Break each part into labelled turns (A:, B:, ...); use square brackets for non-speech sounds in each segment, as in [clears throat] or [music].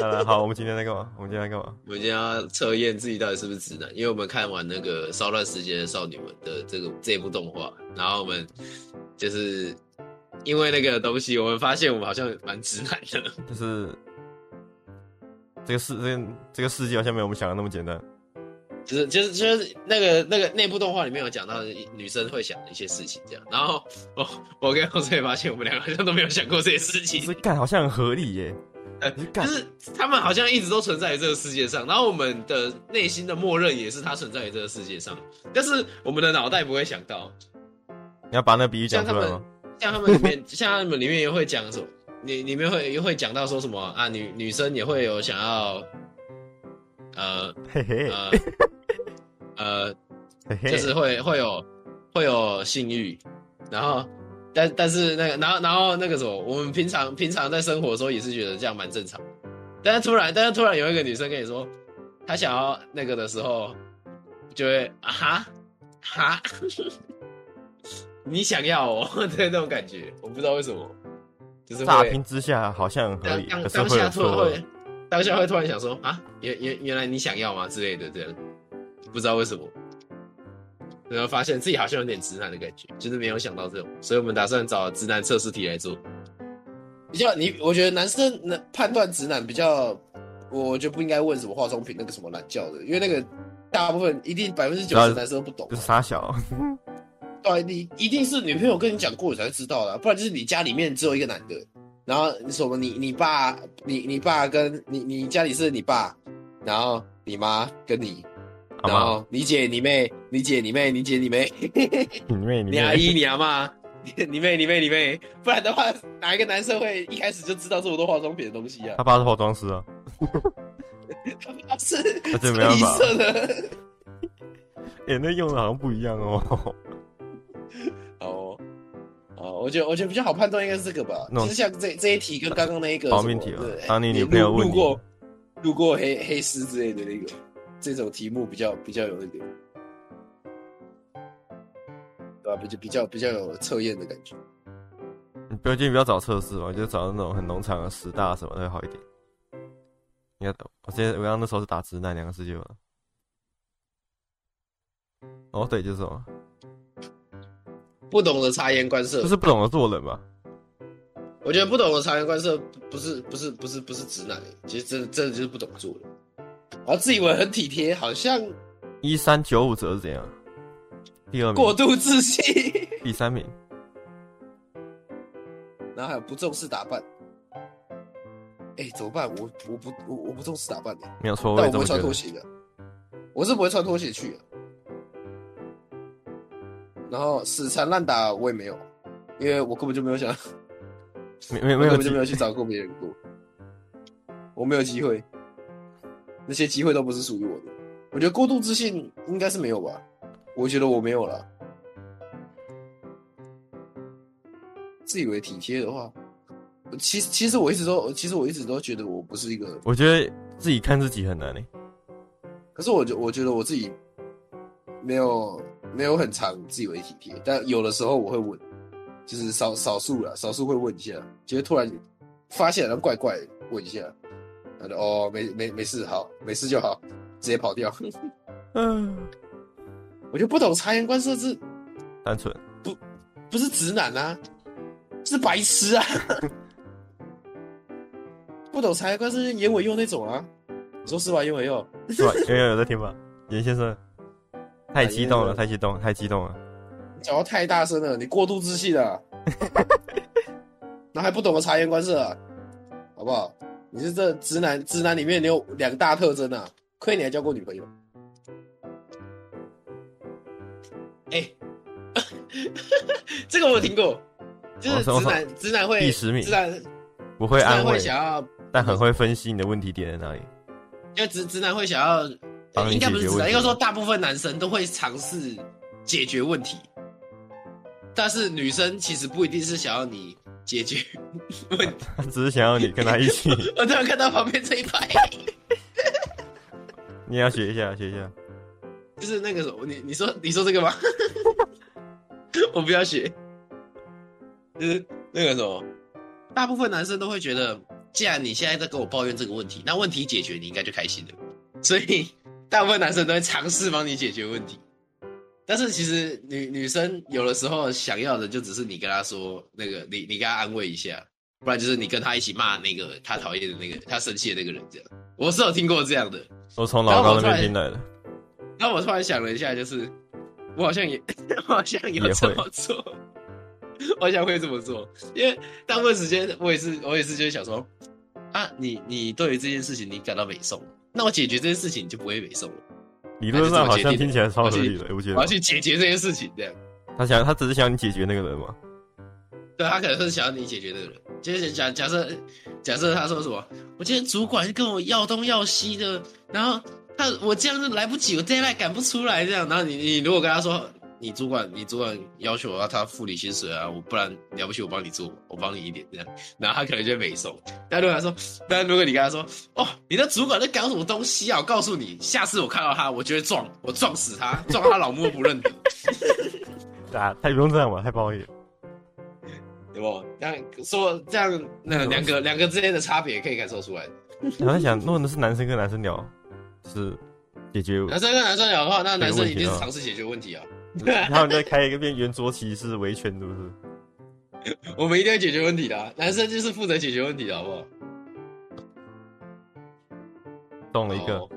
A: 当然，好，我们今天在干嘛？我们今天在干嘛？
B: 我们今天要测验自己到底是不是直男，因为我们看完那个《骚乱时节的少女们》的这个这一部动画，然后我们就是因为那个东西，我们发现我们好像蛮直男的。
A: 就是这个世这个这个世界好像没有我们想的那么简单。
B: [laughs] 就是就是就是那个那个那部动画里面有讲到女生会想的一些事情，这样。然后我我跟洪水发现我们两个好像都没有想过这些事
A: 就
B: 情，
A: 是干好像很合理耶。你
B: 呃就
A: 干
B: 是他们好像一直都存在于这个世界上，然后我们的内心的默认也是它存在于这个世界上，但是我们的脑袋不会想到，
A: 你要把那比喻讲出来
B: 像
A: 吗？
B: 像他们里面 [laughs] 像他们里面也会讲什么，你里面会也会讲到说什么啊，女女生也会有想要，呃
A: 嘿嘿
B: 呃 [laughs] 呃，
A: 嘿嘿，
B: [laughs] 就是会会有会有性欲，然后但但是那个然后然后那个什么，我们平常平常在生活的时候也是觉得这样蛮正常，但是突然但是突然有一个女生跟你说，她想要那个的时候，就会啊哈哈， [laughs] 你想要哦 [laughs] 的那种感觉，我不知道为什么，就是
A: 乍
B: 会
A: 听之下好像很合
B: 当
A: 理，
B: 当
A: 可是
B: 当
A: 会
B: 下
A: 有
B: 突
A: 错
B: 然
A: 愕
B: 会。当下会突然想说啊，原原原来你想要吗之类的这样，不知道为什么，然后发现自己好像有点直男的感觉，就是没有想到这种，所以我们打算找直男测试题来做。比较你，我觉得男生能判断直男比较，我就不应该问什么化妆品那个什么懒觉的，因为那个大部分一定百分之九
A: 知道
B: 十男生都不懂
A: 就。是傻小，
B: 对，你一定是女朋友跟你讲过，你才知道的啊、不然就是你家里面只有一个男的，然后什么你你爸你你爸跟你你家里是你爸，然后你妈跟你，
A: 好
B: 然
A: 吗？
B: 后你姐你妹你姐你妹你姐你妹
A: 你妹你
B: 你阿
A: 妹，
B: 姨你阿妈 [laughs] 你妹你妹你妹，不然的话哪一个男生会一开始就知道这么多化妆品的东西啊
A: 他？爸是化妆师啊，
B: [laughs] 他是
A: 那真没办
B: 绿
A: 法。
B: 色的
A: 哎，那用的好像不一样哦。
B: 哦。哦，我觉得我觉得比较好判断应该是这个吧，
A: 那种
B: 就是像这这一题跟刚刚那一个
A: 保
B: 什么
A: 命题啊
B: 对
A: 当你女朋友
B: 路
A: 问
B: 路
A: 你
B: 过路过黑黑丝之类的那个，这种题目比较比较有那个，对吧、啊比较比较比较有测验的感觉。
A: 你不要建议不要找测试嘛，就找那种很农场的十大什么的会好一点。应该我记得我刚刚那时候是打直男两个字就有了。哦，对，就是什么，
B: 不懂得察言观色，
A: 就是不懂得做人吧。
B: 我觉得不懂得察言观色不是不是不是不是直男，欸其实真的真的就是不懂做人。然后自以为很体贴，好像
A: 一三九五折是怎样？第二名，
B: 过度自信，
A: 第三名，
B: 然后还有不重视打扮。哎、怎么办？我我不我我不重视打扮的、
A: 没有错，我
B: 但
A: 也这
B: 我不
A: 么
B: 会
A: 觉
B: 穿拖
A: 得。
B: 鞋的，我是不会穿拖鞋去的。然后死缠烂打我也没有，因为我根本就没有想，
A: 没没
B: 我
A: 没有
B: 根本就
A: 机
B: 没有去找过别人过，我没有机会，那些机会都不是属于我的。我觉得过度自信应该是没有吧，我觉得我没有了。自以为体贴的话，其实其实我一直都其实我一直都觉得我不是一个
A: 我觉得自己看自己很难欸
B: [sighs]
A: 诶、
B: 可是我觉我觉得我自己没有没有很常自以为体贴，但有的时候我会问，就是少少数了，少数会问一下，就是突然发现好像怪怪的，问一下，然后就哦没没没事，好没事就好，直接跑掉。 [laughs]
A: 嗯，
B: 我就不懂察言观色是
A: 单纯。
B: 不是直男啊，是白痴啊， [laughs] 不懂察言观色就是眼尾用那种啊，你说是吧？眼尾用。
A: 是吧？有有有在听吧，严先生，太激动
B: 啊
A: 了，太激动，太激动了。
B: 讲话太大声了，你过度自信了， [laughs] 然后还不懂得察言观色、啊，好不好？你是这直男，直男里面你有两大特征啊，亏你还交过女朋友。哎、 [laughs] 这个我听过，就是
A: 我
B: 直
A: 说
B: 男，直男会
A: 哦第十名
B: 直男
A: 不会
B: 直
A: 安
B: 男
A: 慰
B: 会，想要
A: 但很会分析你的问题点在哪里。
B: 因为直直男会想要，
A: 帮
B: 呃
A: 你
B: 应该不是
A: 解决
B: 直
A: 问
B: 男，
A: 题
B: 应该说大部分男生都会尝试解决问题，但是女生其实不一定是想要你解决 [laughs] 问题。
A: 他只是想要你跟他一
B: [laughs]
A: 起，
B: 我突然看到旁边这一排，
A: 你也要学一下，学一下。
B: 就是那个什么，你你说你说这个吗？ [laughs] 我不要学，就是那个什么，大部分男生都会觉得既然你现在在跟我抱怨这个问题，那问题解决，你应该就开心了。所以大部分男生都会尝试帮你解决问题，但是其实女女生有的时候想要的就只是你跟她说那个，你你跟她安慰一下，不然就是你跟她一起骂那个她讨厌的那个她生气的那个人这样。我是有听过这样的，
A: 我从老高那
B: 然后我突
A: 边
B: 然
A: 听来的。
B: 然后我突然想了一下，就是我好像也， [laughs] 我好像
A: 也
B: 有
A: 会
B: 这么做，我好像会这么做，因为大部分时间我也是，我也是就是想说，啊，你你对于这件事情你感到美颂，那我解决这件事情你就不会美颂了，
A: 理论上好像听起来超合理的，我觉
B: 我
A: 得。
B: 要去解决这件事情，这样，
A: 他想，他只是想你解决那个人嘛。
B: 对他可能是想要你解决这个人，就是假假设假设他说什么，我今天主管跟我要东要西的，然后他我这样就来不及，我 d a y l i g h t 赶不出来这样，然后你你如果跟他说，你主管你主管要求我要他付你薪水啊，我不然了不起我帮你做，我帮你一点这样，然后他可能就会没收。但如果他说，但如果你跟他说，哦，你的主管在搞什么东西啊，我告诉你，下次我看到他，我就会撞，我撞死他，撞他老母不认得。
A: 啊，太不用这样吧，太不好意思。
B: 对不？这样说这样，那两个两个之间的差别也可以感受出来。
A: 我在想，如果是男生跟男生聊，就是解决，
B: 男生跟男生聊的话，那男生一
A: 没问题
B: 定是
A: 啊
B: 尝试解决问题啊。
A: 然后你再开一个变圆桌骑士维权，是不是？
B: [laughs] 我们一定会解决问题的啊、男生就是负责解决问题的，好不好？
A: 中了一个
B: 哦，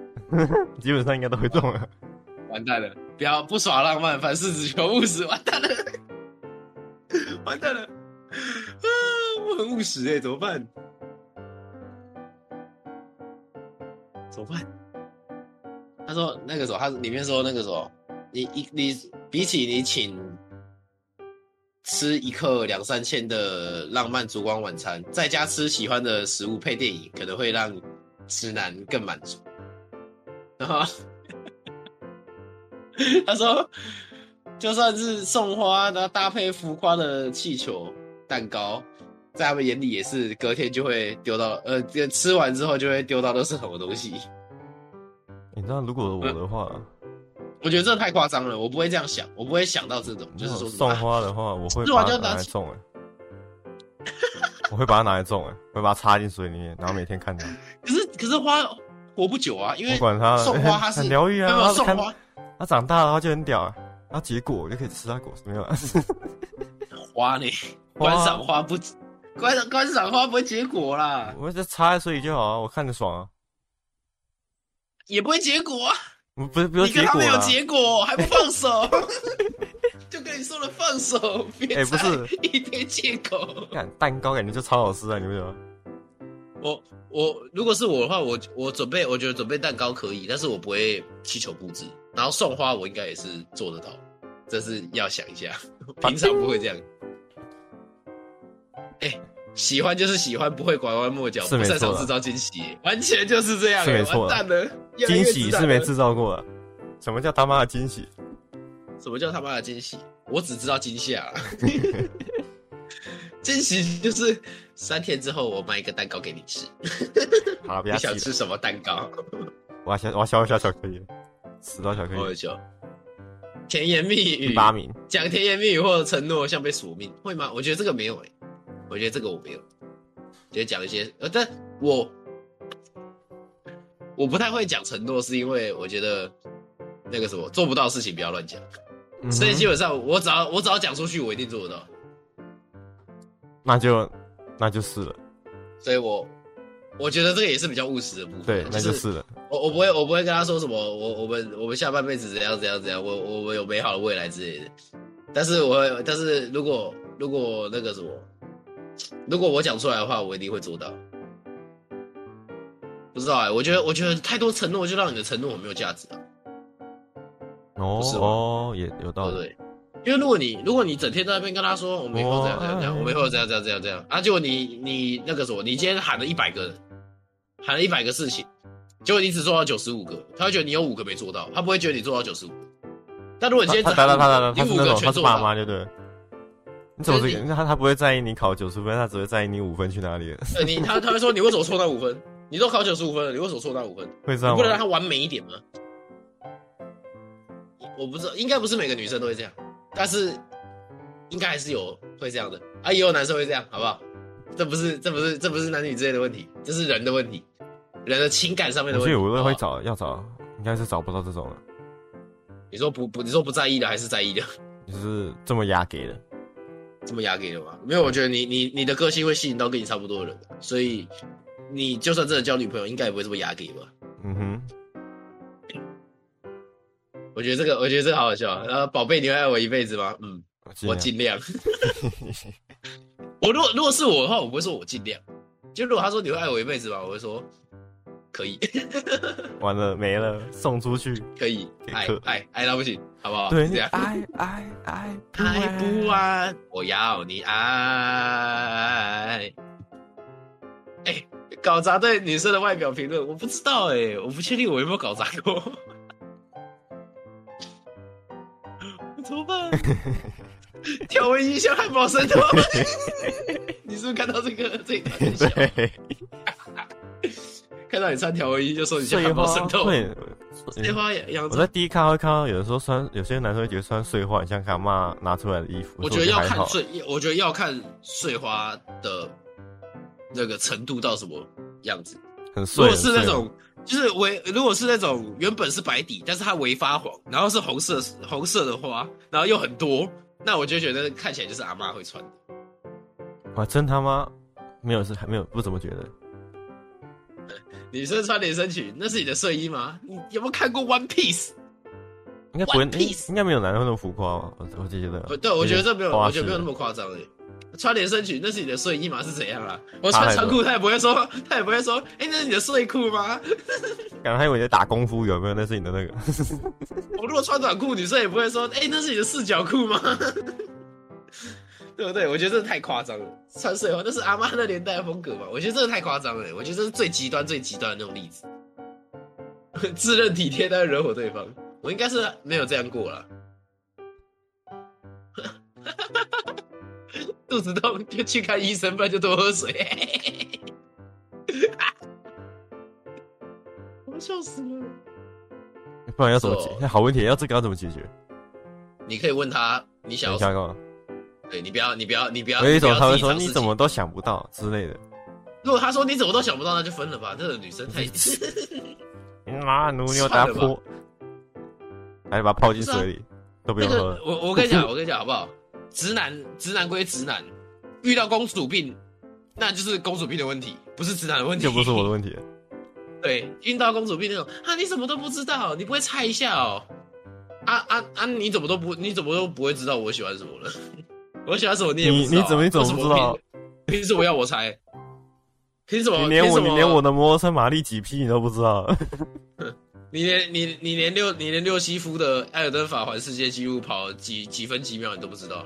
A: 基本上应该都会中了。 [laughs]
B: 完蛋了！不要不耍浪漫，凡事只求务实，完蛋了，完蛋了！啊，我很务实哎、怎么办？怎么办？他说那个什么，他里面说那个什么，你一你比起你请吃一克两三千的浪漫烛光晚餐，在家吃喜欢的食物配电影，可能会让直男更满足。 [laughs] 然后。他说，就算是送花，然后搭配浮夸的气球、蛋糕，在他们眼里也是隔天就会丢到，呃，这吃完之后就会丢到都是什么东西。
A: 你知道，如果我的话，
B: 嗯我觉得这太夸张了，我不会这样想，我不会想到这种，就
A: 如
B: 是啊
A: 果
B: 说
A: 送
B: 什么
A: 花的话，我会
B: 这
A: 把
B: 玩意
A: 它
B: 儿拿
A: 拿来
B: 起
A: 种哎， [laughs] 我会把它拿来种哎，我会把它插进水里面，然后每天看它，
B: 啊可是可是花活不久啊，因为
A: 不管它，
B: 送花它是
A: 很疗愈
B: 没
A: 啊。
B: 有
A: 它
B: 送
A: 看
B: 花
A: 它长大了，它就很屌啊。然后结果我就可以吃它果实，没有啊？
B: 花呢，观赏花不观赏观赏花不会结果啦，
A: 我就插在水里就好啊，我看着爽啊。
B: 也不会结果啊。
A: 我不是不是
B: 你跟
A: 结
B: 他
A: 果啊
B: 没有
A: 啦，
B: 结果，还不放手， [laughs] 就跟你说了放手，别
A: 哎不是
B: 再 [laughs] 一堆借口。
A: 看蛋糕感觉就超好吃啊，你不觉得吗？
B: 我我如果是我的话，我我准备，我觉得准备蛋糕可以，但是我不会气球布置，然后送花我应该也是做得到，这是要想一 [laughs] 下，平常不会这样。哎、喜欢就是喜欢，不会拐弯抹角，
A: 是
B: 不
A: 没错
B: 擅
A: 啊
B: 长制造惊喜，完全就是这样、
A: 是没错啊
B: 完蛋了，越来
A: 惊
B: 越
A: 喜
B: 知道
A: 是没
B: 了
A: 制造过的。什么叫他妈的惊
B: [laughs]
A: 喜？
B: 什么叫他妈的惊喜？我只知道惊吓
A: [laughs]
B: 啦。惊喜就是三天之后我买一个蛋糕给你吃，
A: 好了，不
B: 你
A: 要
B: 想
A: 气
B: 吃
A: 了，
B: 什么蛋糕？
A: 我要消我要消一下巧克力，死到巧克
B: 我
A: 力。
B: 就哦甜言蜜
A: 第
B: 语，
A: 八名，
B: 讲甜言蜜语或者承诺像被索命，会吗？我觉得这个没有诶、欸我觉得这个我没有，觉得讲一些呃，但我我不太会讲承诺，是因为我觉得那个什么做不到的事情不要乱讲，
A: 嗯
B: 所以基
A: 哼
B: 本上我只要我只要讲出去，我一定做得到。
A: 那就那就是了，
B: 所以我我觉得这个也是比较务实的部分。啊
A: 对，那就是是了。
B: 我我不会我不会跟他说什么我我们我们下半辈子怎样怎样怎样，我我我有美好的未来之类的。但是我会但是如果如果那个什么，如果我讲出来的话，我一定会做到。不知道哎、我觉得我觉得太多承诺就让你的承诺很没有价值啊，
A: 哦
B: 不是吗
A: 哦，也有道
B: 对不
A: 理。
B: 对？因为如果你如果你整天在那边跟他说我们以后怎样怎样怎样，
A: 哦哎
B: 我们以后怎样怎样怎样怎样，啊，结果你你那个什么，你今天喊了一百个，喊了一百个事情，结果你只做到九十五个，他会觉得你有五个没做到，他不会觉得你做到九十五。但如果你
A: 他
B: 今天
A: 他
B: 只
A: 他
B: 喊
A: 他他
B: 了
A: 他他
B: 你
A: 是
B: 五
A: 那
B: 个
A: 种他
B: 全
A: 是
B: 做
A: 爸
B: 到，
A: 妈，对不对？你怎么
B: 就是
A: 这
B: 你
A: 个？他他不会在意你考九十分，他只会在意你五分去哪里了，
B: 对你他他会说你为什么错那五分？你都考九十五分了，你为什么错那五分？
A: 会这
B: 你
A: 样
B: 不能让
A: 吗？
B: 他完美一点吗？我不知道，应该不是每个女生都会这样，但是应该还是有会这样的啊，也有男生会这样，好不好？这不是这不是这不是男女之间的问题，这是人的问题，人的情感上面的
A: 我
B: 问
A: 觉得
B: 题。
A: 我都会
B: 好不好
A: 找，要找，应该是找不到这种了，
B: 你说不不，你说不在意的还是在意的？
A: 就是这么压给的。
B: 这么压给的吗？没有，我觉得你你你的个性会吸引到跟你差不多的人，所以你就算真的交女朋友，应该也不会这么压给吧？
A: 嗯哼，
B: 我觉得这个，我觉得这个好好笑。然后宝贝，你会爱我一辈子吗？嗯，
A: 我
B: 我
A: 记
B: 尽量。 [laughs] 我如果如果是我的话，我不会说我尽量。就如果他说你会爱我一辈子吗？我会说可以， [laughs]
A: 完了没了，送出去。
B: 可以，爱
A: 可
B: 爱爱到不行，好不好？
A: 对，
B: 哦这
A: 你
B: 样。
A: 爱爱
B: [laughs]
A: 爱
B: 爱不？啊
A: 啊
B: 完，我要你爱。哎、搞砸对女生的外表评论，我不知道哎、我不确定我有没有搞砸过。 [laughs] 怎么
A: [laughs]
B: 办？调味音像汉堡神偷， [laughs] 你是不是看到这个这一段很像？
A: 对，
B: 看到你穿调味衣就说你像
A: 碎
B: 汉堡
A: 花
B: 神偷，
A: 对。
B: 这花洋
A: 我
B: 葱
A: 在。第一看会看到有人说穿，有些男生会觉得穿碎花很像干妈拿出来的衣服，
B: 我
A: 所
B: 觉
A: 以
B: 得要
A: 还
B: 看
A: 好。
B: 碎，我觉得要看碎花的那个程度到什么样子。
A: 很
B: 如
A: 碎。
B: 果是
A: 很碎
B: 那种就是微，如果是那种原本是白底，但是它微发黄，然后是红色红色的花，然后又很多，那我就觉得看起来就是阿妈会穿的。
A: 我真他妈没有是还没有不怎么觉得，
B: 女生穿连身裙，那是你的睡衣吗？你有没有看过 One Piece？
A: 应该不会，
B: One
A: 应
B: Piece
A: 应该没有男生会那么浮夸吧？我我自己觉得
B: 不，呃对，我觉得这没有，
A: 花
B: 我觉得没有
A: 式
B: 那么夸张的。欸穿连身裙，那是你的睡衣吗？是怎样啊？我
A: 差
B: 穿
A: 太多
B: 长裤，他也不会说，他也不会说，哎、那是你的睡裤吗？
A: 感觉他以为你在打功夫，有没有？那是你的
B: [laughs]
A: 那个，
B: 我如果穿短裤，女生也不会说，哎、那是你的四角裤吗？ [laughs] 对不对？我觉得这太夸张了，穿碎哦花那是阿妈那年代的风格嘛。我觉得这个太夸张了，欸我觉得这是最极端、最极端的那种例子。 [laughs] 自认体贴但惹火对方，我应该是没有这样过了。 [laughs] 肚子痛就去看医生，不然就多喝水。 [laughs] 我笑死了。
A: 不然要怎么解
B: 是哦？
A: 那好问题，要这个要怎么解决？
B: 你可以问他你想
A: 你
B: 要什
A: 想
B: 么，
A: 干嘛？
B: 对你不要你不要你不要。
A: 有一种
B: 你不
A: 他
B: 要
A: 会
B: 自己
A: 说
B: 尝试
A: 你怎么都想不到之类的。
B: 自己？如果他说你怎么都想不到，那就分了吧。这个女生太不
A: 你妈
B: [laughs]
A: 奴牛打
B: 算了
A: 破，还把它泡进水里，都 [laughs] 不
B: 啊那
A: 用喝
B: 个
A: 了。
B: 我我跟你讲，我跟你讲好不好？直男直男归直男，遇到公主病，那就是公主病的问题，不是直男的问题。
A: 就不是我的问题了，
B: 对，遇到公主病那种啊，你什么都不知道，你不会猜一下哦？啊啊啊！你怎么都不你怎么都不会知道我喜欢什么了？ [laughs] 我喜欢什么你也
A: 你
B: 不知道啊、
A: 你怎么你怎么
B: 为什
A: 不知道
B: 凭？凭什么要我猜？凭什么？
A: 你连我
B: 凭
A: 你
B: 什么
A: 连我的摩托车马力几匹你都不知道，
B: 你连你你连六你连六七夫的艾尔登法环世界纪录跑几几分几秒你都不知道，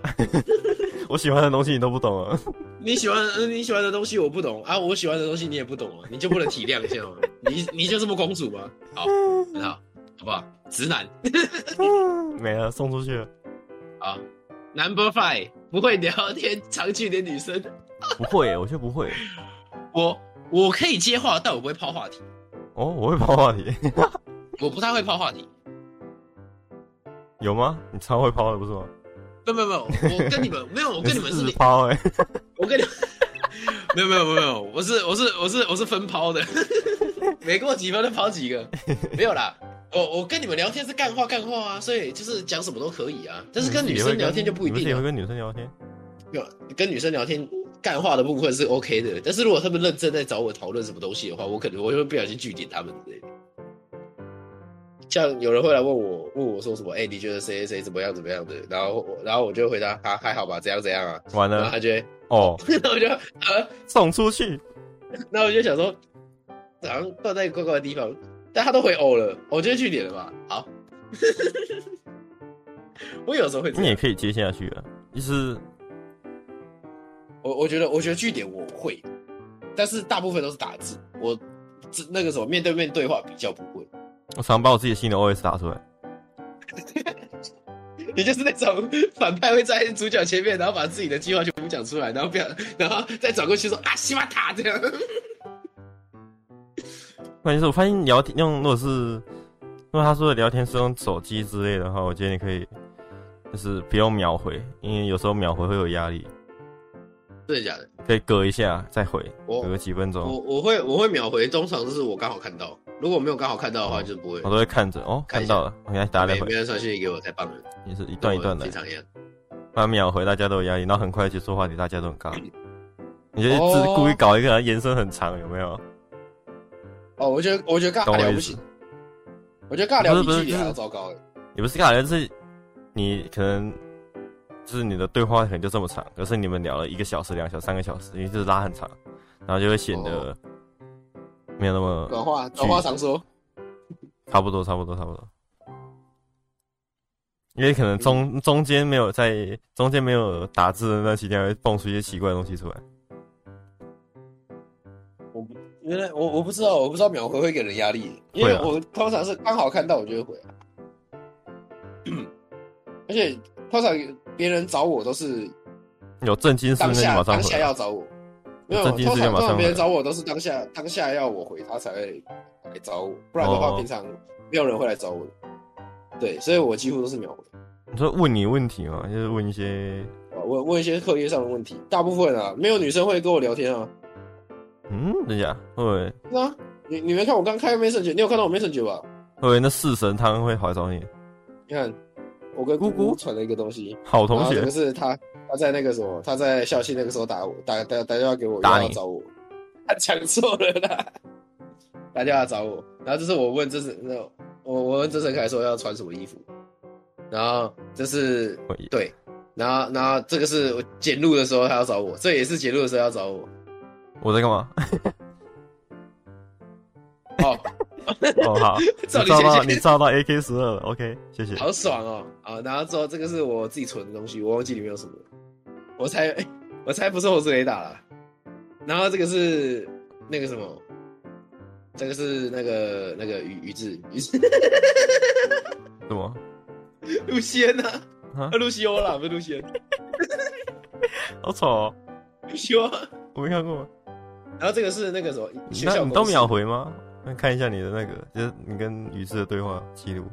A: 我喜欢的东西你都不懂啊。 [laughs]
B: 你喜欢呃你喜欢的东西我不懂啊，我喜欢的东西你也不懂啊，你就不能体谅一下吗？你你就这么公主吗？好，很好，好不好？直男
A: 没了，送出去了。
B: 啊，Number Five 不会聊天，常去连女生，
A: 不会，我觉得不会。
B: 我我可以接话，但我不会抛话题，
A: 哦，我会抛话题，
B: 我不太会抛话题。
A: 有吗？你超会抛的不是吗？
B: 没有没有没有，我跟你们没有，我
A: 我
B: 跟你们是
A: 自抛哎，
B: 我跟你，没有没有没有没有，我是我是我是我是分抛 [laughs] 的，每过几分就抛几个，没有啦。我我跟你们聊天是干话干话啊，所以就是讲什么都可以啊。 [laughs] 但是跟女生聊天就不一
A: 你是
B: 定啊
A: 也会
B: 了、
A: 跟女生聊天？
B: 没有跟女生聊天干话的部分是 OK 的，但是如果他们认真在找我讨论什么东西的话，我可能我就会不小心据点他们之类的。像有人会来问我，问我说什么？哎、你觉得谁谁谁怎么样怎么样的？然后我然后我就回答他还好吧，怎样怎样啊。
A: 完
B: 然后
A: 了
B: 他就会， [laughs]
A: 哦，
B: 然后我就呃，
A: 送出去。
B: 那我就想说，好像断在怪怪的地方，但他都回偶了，我觉得去点了吧。好， [laughs] 我有时候会这
A: 你也
B: 样，
A: 可以接下去啊，就是
B: 我我觉得我觉得据点我会，但是大部分都是打字，我这那个什么面对面对话比较不会。
A: 我常把我自己心里的 OS 打出来。
B: 你就是那种 [laughs] 反派会在主角前面，然后把自己的计划全部讲出来，然后不要，然后再转过去说啊西巴塔这样。 [laughs]
A: 关键是我发现聊天用，如果是如果他说的聊天是用手机之类的话，我觉得你可以就是不用秒回，因为有时候秒回会有压力。
B: 真的假的？
A: 可以隔一下再回，
B: 我
A: 隔个几分钟，
B: 我我会我会秒回，通常都是我刚好看到，如果没有刚好看到的话，就不会
A: 我。都会看着哦，
B: 看一
A: 看
B: 下
A: 到了，我给他打两
B: 没
A: 回
B: 没，人传讯息给我才棒了，
A: 也是一段一段
B: 跟我
A: 的
B: 平，常一样。
A: 他秒回大家都有压力，然后很快结束话题，大家都很尬。你就是自
B: 哦
A: 故意搞一个，然后延伸很长，有没有？
B: 哦，我觉得我觉得尬
A: [laughs] 懂我
B: 聊
A: 意
B: 不
A: 思
B: 行，？我觉得尬聊比
A: 不是
B: 距离
A: 不是
B: 还要
A: 就是
B: 糟糕欸。
A: 也不是尬聊，就是你可能就是你的对话可能就这么长，可是你们聊了一个小时、两小时、三个小时，因为就是拉很长，然后就会显得
B: 哦
A: 没有那么
B: 短话短话常说，
A: 差不多、差不多、差不多。因为可能中中间没有在中间没有打字的那期间，会蹦出一些奇怪的东西出来。
B: 原来我我不知道，我不知道秒回会给人压力，因为
A: 会啊
B: 我通常是刚好看到我就会回、啊， [clears throat] 而且通常别人找我都是
A: 有震惊事
B: 当
A: 那就马
B: 下
A: 上
B: 当
A: 回
B: 下
A: 来。
B: 要找我，没有
A: 正
B: 通
A: 经事
B: 常
A: 就马上回啊
B: 通常别人找我都是当下当下要我回他才会来找我，不然的话
A: 哦
B: 平常没有人会来找我的，对，所以我几乎都是秒回。
A: 你说问你问题嘛，就是问一些
B: 啊问问一些课业上的问题，大部分啊，没有女生会跟我聊天啊。
A: 嗯，等一下，会不会会
B: 那、啊、你你没看我刚开 Messenger，你有看到我 Messenger 吧？
A: 不会那四神汤会怀找你？
B: 你看，我跟
A: 姑
B: 姑
A: 姑
B: 姑传了一个东西，
A: 好
B: 然
A: 同
B: 后这
A: 学
B: 个是他他在那个什么，他在校庆那个时候打我，打打打电话给我，
A: 打
B: 又要
A: 你
B: 找我，他讲错了啦，打电话找我，然后这是我问这是那我我问郑成凯说要穿什么衣服，然后这是
A: 会
B: 对，然后然后这个是我剪录的时候他要找我，这也是剪录的时候要找我，
A: 我在干
B: [laughs]
A: 嘛？
B: 哦，
A: 哦好，
B: [laughs]
A: 你照
B: 照理解
A: 到
B: 决
A: 你照到 AK 十二了，OK，谢谢。
B: 好爽哦！啊，然后之后这个是我自己存的东西，我忘记里面有什么了。我猜， [laughs] 我猜不是后置雷达啦。然后这个是那个什么，这个是那个那个宇宇 [laughs] 智宇智
A: 什么？
B: 陆仙呐、啊，
A: 啊，
B: 陆西欧啦，不是陆仙，
A: 好丑哦，
B: 陆西欧。啊
A: 我没看过。
B: 然后这个是那个什么学
A: 那
B: 校哦
A: 你都秒
B: 有
A: 回吗？那看一下你的那个，就是你跟宇智的对话记录，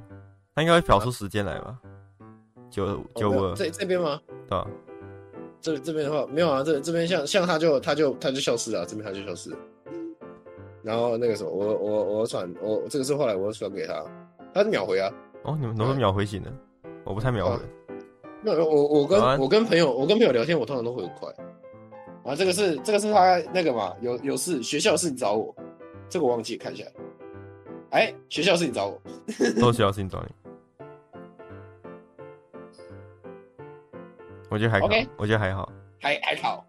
A: 他应该会表出时间来吧？九九五二，对
B: 哦这这边吗？
A: 吧？
B: 这这边的话没有啊，这这边像像他就他就他就消失了，这边他就消失了。然后那个什么，我我我传我这个是后来我传给他，他秒回啊。
A: 哦，你们都是秒回型的，我不太秒回
B: 啊。没有，我我跟
A: 早安
B: 我跟朋友，我跟朋友聊天，我通常都会很快。啊，这个是这个是他那个嘛，有有事，学校事你找我，这个我忘记看一下。哎，学校事你找我，
A: 都需要事情找你。我觉得还好
B: OK
A: 我觉得还好。
B: 还还好。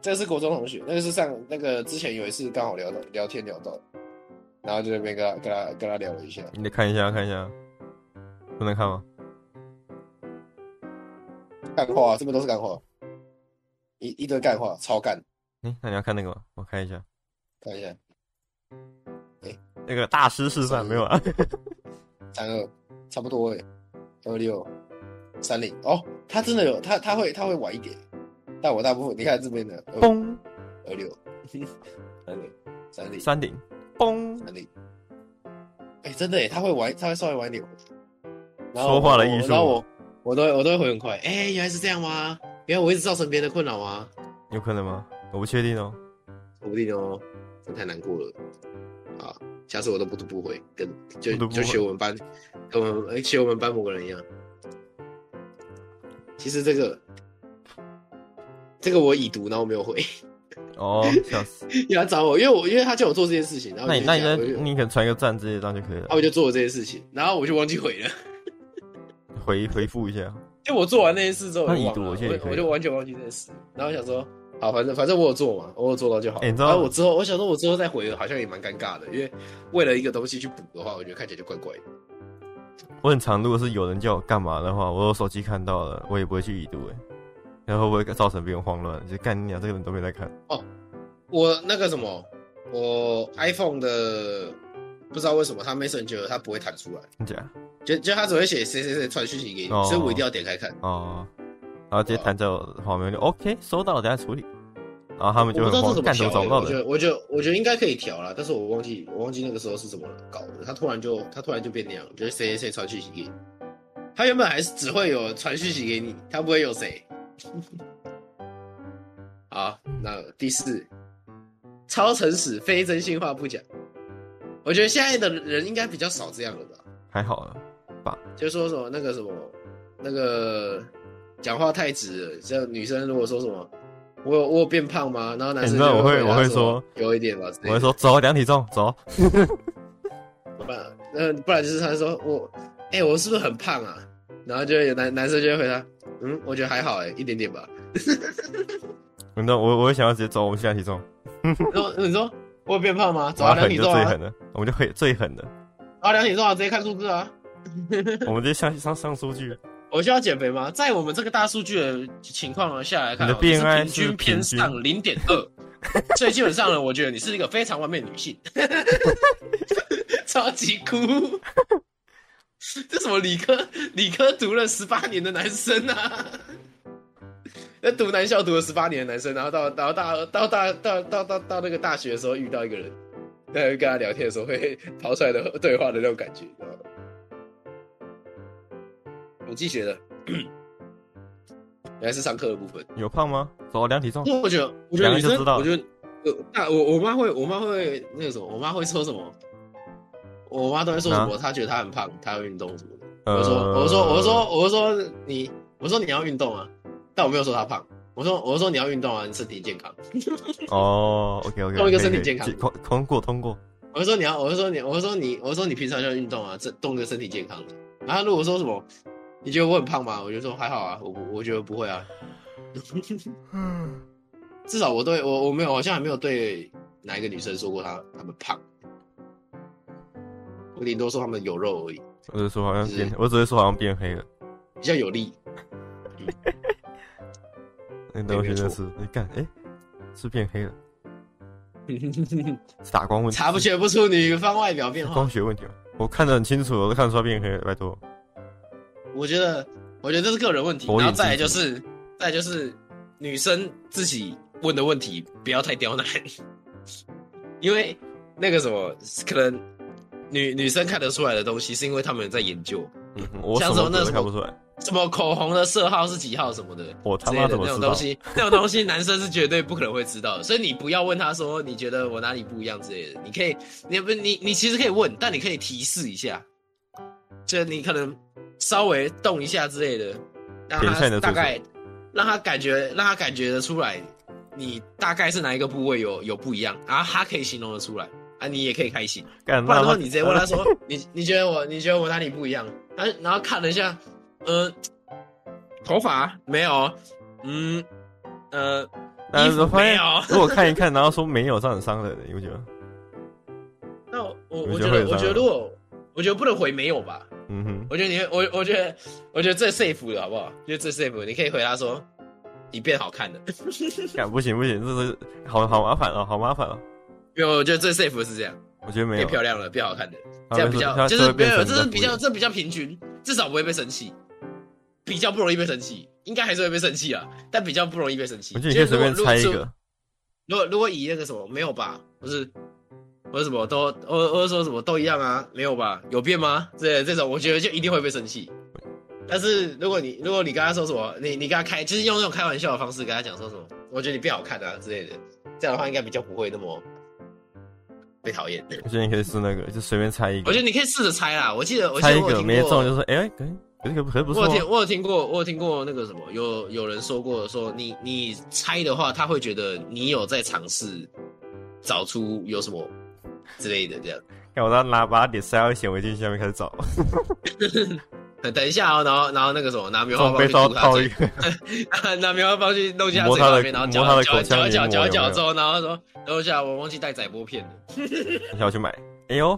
B: 这个是国中同学，那个是上那个之前有一次刚好聊到聊天聊到，然后就在那边跟他跟他跟他聊了一下。
A: 你得看一下，看一下，不能看吗？
B: 干话，这边都是干话，一一堆干话，超干。
A: 诶、那你要看那个吗？我看一下，
B: 看一下，
A: 那个大师示范没有
B: [laughs]
A: 啊？
B: 三二，差不多哎，二六，三零哦，他真的有，他他会他会晚一点，但我大部分你看这边的二
A: 嘣，[laughs]
B: 二六，三零三零
A: 山顶，嘣，
B: 三零，哎、真的哎，他会晚，他会稍微晚一点，然后
A: 说话的艺
B: 我
A: 术
B: 然后我我都会我都会回很快，哎、原来是这样吗？原来我一直造成别人的困扰吗？
A: 有可能吗？我不确定哦。
B: 说不定哦，真太难过了啊！下次我都不读不回，跟就
A: 不读不
B: 就
A: 回
B: 学我们班，跟我们哎学我们班某个人一样。其实这个这个我已读，然后我没有回， [laughs]
A: 哦，笑死！
B: 要来找我，因为我因为他叫我做这件事情，然后
A: 那
B: 我
A: 你
B: 就
A: 那你
B: 讲
A: 在
B: 我就
A: 你可能传一个赞之类，这样就可以
B: 然后
A: 了。
B: 我就做了这件事情，然后我就忘记回了，
A: 回回复一下，
B: 因为我做完那件事之后，我
A: 那
B: 就
A: 已
B: 忘
A: 读
B: 了
A: 我觉得也可以
B: 我就完全忘记这件事，然后我想说。好，反正反正我有做嘛，我有做到就好。
A: 哎你知道
B: 然后我之后，我想说，我之后再回，好像也蛮尴尬的，因为为了一个东西去补的话，我觉得看起来就怪怪的。
A: 我很常，如果是有人叫我干嘛的话，我有手机看到了，我也不会去已读哎，然后会不会造成别人慌乱？就干你娘，这个人都没在看。
B: 我那个什么，我 iPhone 的不知道为什么它 Messenger 它不会弹出来，
A: 真假？
B: 就就它只会写谁谁谁传讯息给你，
A: 哦
B: 所以我一定要点开看。
A: 哦，然后直接弹在我的画面就 OK，收到了，等下处理。然后他们
B: 我
A: 就很慌，
B: 不知道这怎么
A: 干什么找
B: 调欸、
A: 不到
B: 我觉
A: 人？
B: 得我觉得我觉得应该可以调啦，但是我忘记我忘记那个时候是怎么搞的，它突然就它突然就变那样，就是谁谁谁传讯息给你，它原本还是只会有传讯息给你，它不会有谁。好，那第四，超诚实，非真心话不讲。我觉得现在的人应该比较少这样了吧，
A: 还好了，
B: 就说什么那个什么那个讲话太直了，像女生如果说什么我有我有变胖吗？然后男
A: 欸
B: 生
A: 你知道
B: 就
A: 我会
B: 回答
A: 我会
B: 说
A: 说
B: 有一点吧，之类
A: 我
B: 的
A: 会说走量体重走，
B: 不然，那不然就是他说我，哎、我是不是很胖啊？然后就会有男男生就会回答，嗯，我觉得还好哎、一点点吧。
A: 你知道我我会想要直接走我们现在体重，
B: 然后你说我有变
A: [laughs]
B: 胖吗？走
A: 我要
B: 啊，量
A: 狠
B: 体
A: 就
B: 重
A: 最
B: 啊，
A: 狠的，我们就会最狠的，
B: 啊，量体重啊，直接看数字啊。
A: 我们直接上上上数据，
B: 我需要减肥吗？在我们这个大数据的情况下来看啊，
A: 你的 BMI
B: 就是
A: 是
B: 平均偏
A: 平均
B: 上零点二， [laughs] 所以基本上呢，我觉得你是一个非常完美的女性， [laughs] 超级酷。这什么理科理科读了十八年的男生啊？那读男校读了十八年的男生，然后到然后大到大到到到到那个大学的时候遇到一个人，然后跟他聊天的时候会抛出来的对话的那种感觉，你知道吗？统计学的，原来是上课的部分。
A: 有胖吗？走量体重，
B: 因为我觉得，我觉
A: 两
B: 得女
A: 个就
B: 生，
A: 知道
B: 我觉得，呃，那我我妈会，我妈会那个什么，我妈会说什么？我妈都会说
A: 啊
B: 什么？她觉得她很胖，她要运动什么的。我说，
A: 呃
B: 我说，我说，我说你，我说你要运动啊，但我没有说她胖。我说，我说你要运动啊，你身体健康。
A: 哦，OK
B: [laughs]
A: OK，
B: 弄一个身体健康
A: 通通过通过，
B: 我说你要，我说你，我说你，我说你平常就要运动啊，这动个身体健康的。然后她如果说什么，你觉得我很胖吗？我就说还好啊，我不，我觉得不会啊。至少我对我我没有，好像还没有对哪一个女生说过她她们胖，我顶多说她们有肉而已，
A: 我只是说好像变，我只是说好像变黑了，
B: 比较有力。
A: 那东西真是，你看，哎，是变黑了，是打光问题，
B: 查不学不出女方外表变化
A: 光，学问题吗？我看得很清楚，我都看得出来变黑了，拜托。
B: 我觉得我觉得这是个人问题。
A: 我
B: 然
A: 也
B: 后再来就是再来就是女生自己问的问题不要太刁难， [laughs] 因为那个什么可能女女生看得出来的东西，是因为她们有在研究
A: 嗯哼我
B: 像
A: 什
B: 什
A: 么
B: 么
A: 鬼
B: 那
A: 都
B: 什么
A: 看不出来，
B: 什么口红的色号是几号什么的。
A: 我他
B: 之类
A: 妈
B: 的
A: 怎么知
B: 那种
A: 道
B: 东？西， [laughs] 那种东西男生是绝对不可能会知道的，所以你不要问他说你觉得我哪里不一样之类的，你可以，你不你你其实可以问，但你可以提示一下，就是你可能稍微动一下之类的，让
A: 点一下你的
B: 他大
A: 嘴唇
B: 概让他感觉让他感觉得出来，你大概是哪一个部位有有不一样，然后他可以形容得出来啊，你也可以开心。
A: 干
B: 不
A: 那他
B: 然的
A: 呃
B: 话，你直接问他说，
A: [laughs]
B: 你你觉得我你觉得我哪里不一样？然后然后看了一下，呃，头发
A: 啊
B: 没有，嗯，呃，
A: 但
B: 衣
A: 是
B: 服
A: 发
B: 没
A: 现
B: 有。啊
A: 如果看一看，然后说没有，这样很伤人的，你不觉得？
B: 那我我
A: 你
B: 我
A: 觉得
B: 觉
A: 会
B: 得
A: 有
B: 我
A: 伤
B: 觉
A: 吗
B: 得如果我觉得不能回没有吧，
A: 嗯哼，
B: 我觉得你我我觉得我觉得最 safe 的好不好？就最 safe，的你可以回答说你变好 [laughs] 看了，
A: 干不行不行，这是好好麻烦哦，好麻烦哦。
B: 因为我觉得最 safe 的是这样，
A: 我觉得没
B: 变
A: 有，
B: 漂亮了，变好看的。
A: 他
B: 这样
A: 们
B: 比
A: 说
B: 较
A: 他
B: 就是
A: 会
B: 没
A: 变
B: 有，
A: 成
B: 这
A: 人
B: 是
A: 家
B: 比
A: 不
B: 较
A: 一
B: 这比较平均，至少不会被生气，比较不容易被生气，应该还是会被生气啊，但比较不容易被生气。
A: 我觉得你可以随便
B: 就是如
A: 猜一。
B: 果如果
A: 个，
B: 如果如果以那个什么没有吧，不是，我什么都我我说什么都一样啊，没有吧？有变吗？这这种我觉得就一定会被生气。但是如果你如果你跟他说什么，你你跟他开，就是用那种开玩笑的方式跟他讲说什么，我觉得你变好看啊之类的，这样的话应该比较不会那么被讨厌。
A: 我觉得你可以试那个，就随便猜一
B: 我
A: 个
B: 觉，得你可以试着猜啦。我记得我记
A: 猜
B: 得
A: 一
B: 我有
A: 个
B: 听
A: 没
B: 过，
A: 中就说，哎，可可可可不
B: 我
A: 错
B: 有
A: 哦，
B: 听我有听过我有听过那个什么，有有人说过说你你猜的话，他会觉得你有在尝试找出有什么之类的这样。
A: 干我当拿把脸塞到显微镜下面开始找，
B: 等一下哦，然后然后那个什么拿棉花
A: 从
B: 棒
A: 背
B: 去
A: 包
B: 堵他
A: 套
B: 嘴
A: 一，个，
B: [laughs] 拿棉花棒去弄进他
A: 摸
B: 嘴
A: 他
B: 巴
A: 的
B: 里面，然后
A: 摸他
B: 搅
A: 的
B: 搅
A: 口腔
B: 搅
A: 黏
B: 搅
A: 膜
B: 搅
A: 有没
B: 搅
A: 有
B: 之后，然后说等一下我忘记带载波片了，
A: 你要去买。哎呦，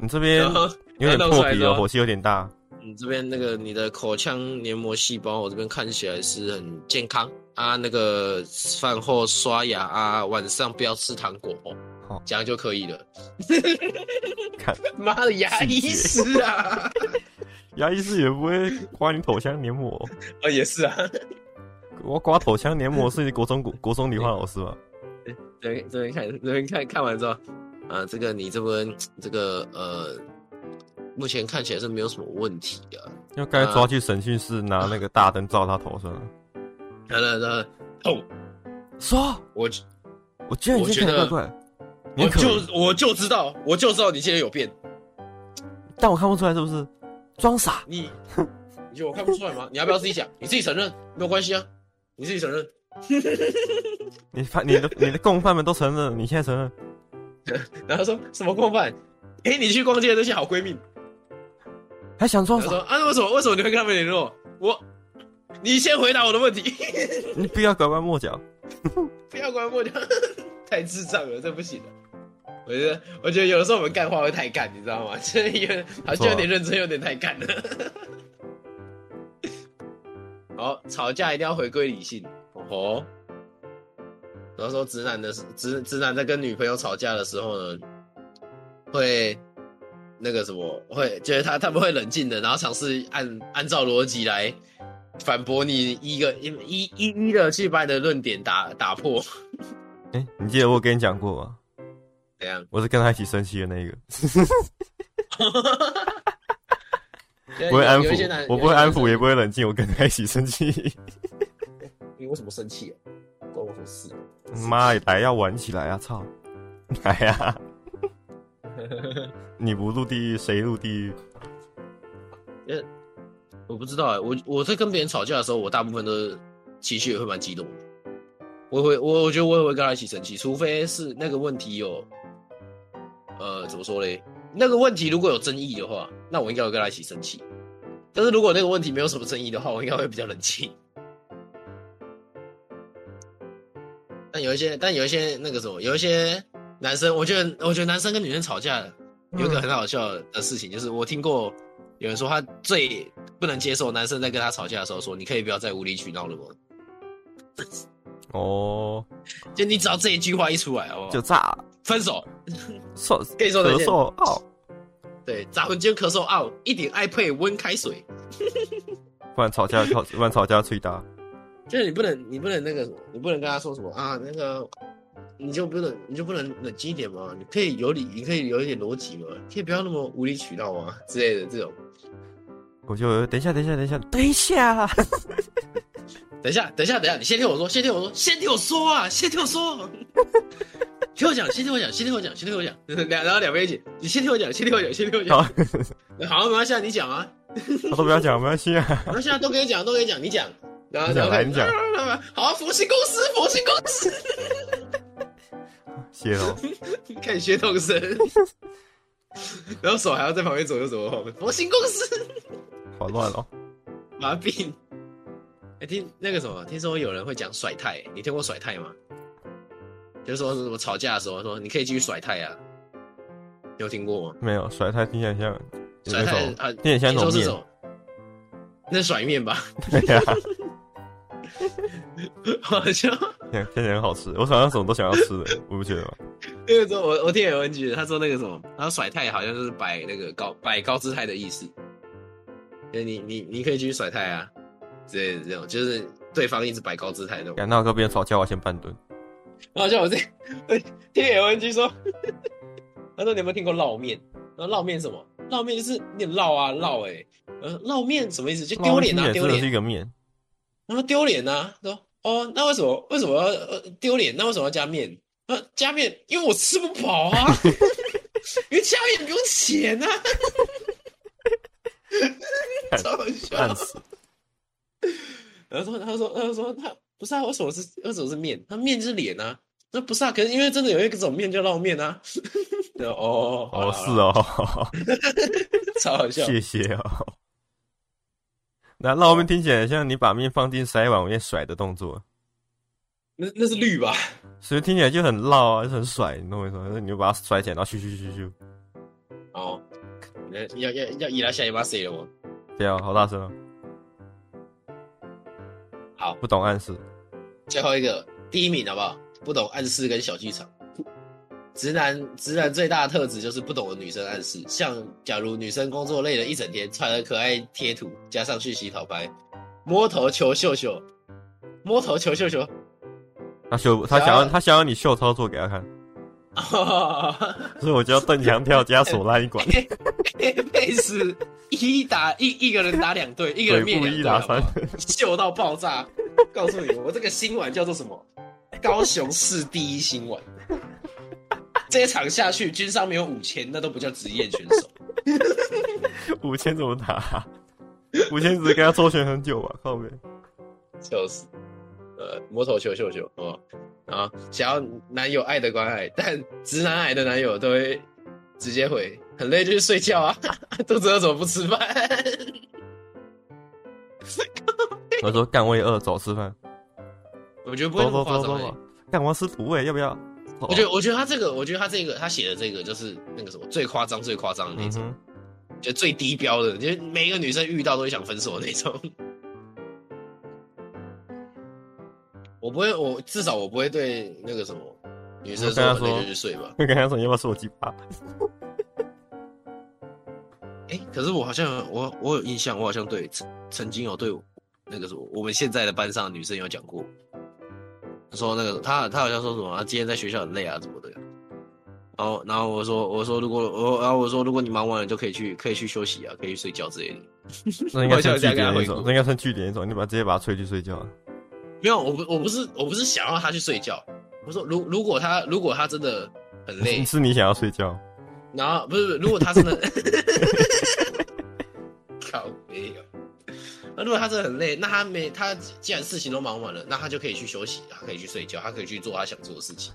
A: 你这边
B: [laughs] 然后
A: 有点
B: 然后弄
A: 破
B: 出来
A: 皮
B: 之后
A: 了，火气有点大。
B: 你嗯这边那个你的口腔黏膜细胞，我这边看起来是很健康啊。那个饭后刷牙啊，晚上不要吃糖果哦
A: 好，
B: 这样就可以了。
A: [laughs] 看，
B: 妈的，牙医师啊！
A: 牙医师也不会刮你口腔黏膜，
B: [laughs] 哦，也是啊，
A: [laughs] 我刮口腔黏膜是你国中国国中理化老师吧？
B: 这边这边看这边看看完之后，啊，这个你这边这个呃，目前看起来是没有什么问题的、啊。
A: 要刚才抓去审讯室拿那个大灯照他头上，
B: 然后然后痛，
A: 说，
B: 哦我
A: 我居然已
B: 我
A: 经
B: 觉
A: 看得
B: 得
A: 怪怪，你
B: 我
A: 很可
B: 就
A: 怜，
B: 我就知道，我就知道你现在有变，
A: 但我看不出来是不是？装傻，
B: 你你觉得我看不出来吗？你要不要自己讲？你自己承认没有关系啊，你自己承认。
A: 你犯你的你的共犯们都承认了，你现在承认，
B: 然后说什么共犯？哎、你去逛街的那些好闺蜜，
A: 还想装
B: 他 [laughs] 说
A: 傻？
B: 啊，那为什么为什么你会跟他们联络？我，你先回答我的问题，
A: 你不要拐弯抹角。
B: 不要管我的，太智障了，这不行的。我觉得，我觉得有的时候我们干话会太干，你知道吗？就是有点好像有点认真，有点太干了。好，吵架一定要回归理性。哦吼。然后说直男的时直直男在跟女朋友吵架的时候呢，会那个什么，会就是他他们会冷静的，然后尝试按按照逻辑来反驳你一个一一一一的去把你的论点打打破，
A: 哎、你记得我跟你讲过吗？
B: 怎样？
A: 我是跟他一起生气的那一个，不会安
B: 哎有一些男
A: 抚，我不会安抚，也
B: 不。
A: 不会冷静，我跟他一起生气。
B: 你为什么生气、啊？关我什么事？啊
A: 妈，来要玩起来啊！操， [laughs] 来呀、
B: [laughs]
A: 你不入地狱，谁入地狱？
B: 我不知道哎、我我在跟别人吵架的时候，我大部分都是情绪也会蛮激动的。我会，我我觉得我也会跟他一起生气，除非是那个问题有，呃，怎么说嘞？那个问题如果有争议的话，那我应该会跟他一起生气。但是如果那个问题没有什么争议的话，我应该会比较冷静。但有一些，但有一些那个什么，有一些男生，我觉得，我觉得男生跟女生吵架有一个很好笑的事情，就是我听过有人说他最不能接受男生在跟他吵架的时候说：“你可以不要再无理取闹了吗
A: 哦，？”
B: 就你只要这一句话一出来，好不好？
A: 就炸了，
B: 分手，
A: 受
B: 跟你说
A: 咳
B: 再见。
A: 嗽哦，
B: 对，咋魂间咳嗽啊，一点爱配温开水，
A: 不然吵架靠，不然吵架最大。
B: 就是你不能，你不能那个什么，你不能跟他说什么啊，那个你就不能，你就不能冷静一点吗？你可以有理，你可以有一点逻辑吗？你可以不要那么无理取闹吗？之类的这种。
A: 我就等一下，等一下，等一下，等一下， [laughs]
B: 等一下，等一下，等一下，你先听我说，先听我说，先听我说啊，先听我说，听我讲，先听我讲，先听我讲，先听我讲， [laughs] 两然后两边一起，你先听我讲，先听我讲，先听我讲
A: 好，，
B: 好，没关系啊，你讲啊，
A: 他都不要讲，没关系啊。
B: 没关系啊，都可以讲，都可以讲，你讲，然后
A: 你讲
B: 然后
A: 来你讲，
B: 好啊，佛系公司，佛系公司，
A: 谢喽，
B: 看血统神，然后手还要在旁边左右左右，佛系公司，
A: 好乱哦。
B: 麻痹。哎、听那个什么，听说有人会讲甩太，你听过甩太吗？就是说是什么吵架的时候说你可以继续甩太啊，你有听过吗？
A: 没有甩太听起来像有
B: 甩
A: 一
B: 太
A: 种，
B: 啊，
A: 听起来像一
B: 听
A: 种
B: 说是什
A: 面，
B: 么？那甩面吧， [laughs]
A: 对呀， [laughs]
B: 好像
A: 啊听听起来很好吃。我想要什么都想要吃的，我不觉得吗？
B: [laughs] 那个时候我我听有人觉得他说那个什么，他说甩太好像就是摆那个高摆高姿态的意思，就是你你你可以继续甩太啊之类的这种，就是对方一直摆高姿态那种。
A: 敢那我跟别人吵架，我要先半蹲。
B: 然后像我这 [laughs] 听 LNG 说， [laughs] 他说你有没有听过烙面？然后烙面是什么？烙面就是你烙啊烙哎、欸，呃烙面什么意思？就丢脸啊
A: 也
B: 丢
A: 真的是一
B: 脸。
A: 个
B: [laughs]
A: 面，
B: 他说丢脸啊，说哦那为什么为什么要呃丢脸？那为什么要加面？啊加面，因为我吃不饱啊，因为加面不用钱啊。超好笑。
A: 烂死。
B: 然后说，他说，他说，他不是啊，为什么是为什么是面？他面是脸啊。那不是啊，可是因为真的有一种面叫烙面啊。对哦，好
A: 哦，
B: 啦
A: 是，哦，
B: 好啦超好笑。
A: 谢谢哦。那烙面听起来像你把面放进筛网里面甩的动作，
B: 那那是绿吧？
A: 所以听起来就很烙啊，就很甩，你懂我意思吗？你就把它甩起来，然后咻咻咻咻，
B: 哦，要要要伊拉下一把谁了我？
A: 不要，好大声哦！
B: 好，
A: 不懂暗示，
B: 最后一个第一名好不好？不懂暗示跟小剧场。直男直男最大的特质就是不懂得女生暗示，像假如女生工作累了一整天，传了可爱贴图，加上去洗头牌，摸头求秀秀，摸头求秀 [laughs] 秀，
A: 他秀，他想
B: 想要
A: 要他想要你秀操作给他看，
B: 哈，
A: 所以我就要蹬墙跳加手拉一管，
B: 配是一打一，一个人打两队，一个
A: 腿
B: 人
A: 部
B: 灭两
A: 一
B: 队
A: 打
B: 好不
A: 三
B: [laughs] 好，秀到爆炸！告诉你，我这个新碗叫做什么？高雄市第一新闻。这一场下去，军商没有五千，那都不叫职业选手。
A: 五千怎么打、五千只是跟他周旋很久吧？靠背，
B: 就是，呃，摸头球秀秀哦，啊，想要男友爱的关爱，但直男癌的男友都会直接回，很累就去睡觉啊， [laughs] 肚子饿怎么不吃饭？
A: 我说干胃饿，走吃饭，
B: 我觉得不会
A: 走
B: 那么
A: 走
B: 夸
A: 走
B: 张、
A: 走
B: 欸
A: 走。，干我要吃土味，要不要？
B: 我觉得，我觉得他这个，我觉得他这个，他写的这个就是那个什么最夸张、最夸张的那
A: 嗯
B: 种，
A: 哼，
B: 就最低标的，就是每一个女生遇到都会想分手的那种。 [laughs] 我不会，我至少我不会对那个什么女生说
A: 我跟她
B: 很累
A: 说
B: 就去睡吧。
A: 我跟他说你要不要吃我鸡巴？
B: 哎、可是我好像我我有印象，我好像对曾曾经有对我那个什么我们现在的班上的女生有讲过，她说那个她她好像说什么啊，今天在学校很累啊什么的。然后然后我说我说如果我然后我说如果你忙完了就可以去可以去休息啊，可以去睡觉之类的。
A: 那应该算
B: 我想
A: 据
B: 跟他
A: 点
B: 回
A: 那
B: 顾
A: 种，那应该算据点那种，你把直接把他吹去睡觉。
B: 没有，我不我不是我不是想要她去睡觉，我说如如果她如果她真的很累，
A: 是你想要睡觉，
B: 然后不是，不是如果他真的， [laughs] 靠没有。那如果他真的很累，那他没他既然事情都忙完了，那他就可以去休息，他可以去睡觉，他可以去做他想做的事情。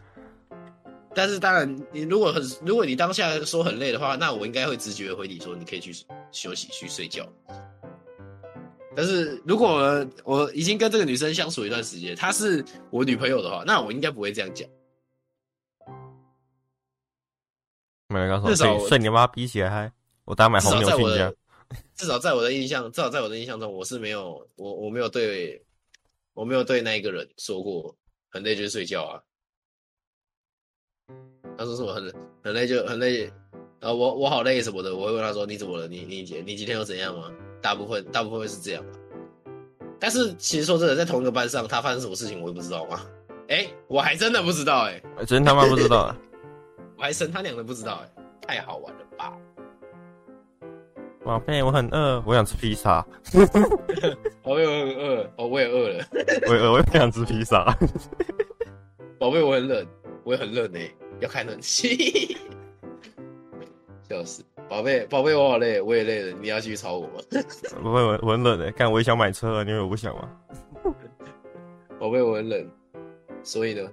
B: 但是当然，你如果很如果你当下说很累的话，那我应该会直觉地回你说你可以去休息去睡觉。但是如果我已经跟这个女生相处一段时间，她是我女朋友的话，那我应该不会这样讲。
A: 没人告诉我，
B: 至少
A: 睡
B: 我
A: 睡你妈逼起来嗨！我打买
B: 至
A: 红
B: 少
A: 牛
B: 在
A: 去
B: 我
A: 你家
B: 的，至少在我的印象，至少在我的印象中，我是没有我我没有对我没有对那一个人说过很累就睡觉啊。他说什么很很累就很累，啊我我好累什么的，我会问他说你怎么了？你你你你今天又怎样吗？大部分大部分会是这样吧。但是其实说真的，在同一个班上，他发生什么事情我也不知道吗？哎、我还真的不知道哎、
A: 呃真他妈不知道啊，
B: 我还神他娘的不知道哎、太好玩了吧！
A: 宝贝，我很饿，我想吃披萨，
B: 哦，我也很饿，哦，我也饿了。
A: 我也我也想吃披萨， [laughs]
B: 宝贝，我很冷，我也很冷呢、要开冷气。 [laughs] 笑死，宝贝，宝贝，我好累，我也累了，你要继续吵我 [laughs] 吗？
A: 我我我很冷的，干我也想买车啊了，你以为我不想吗？
B: 宝贝，我很冷，所以呢，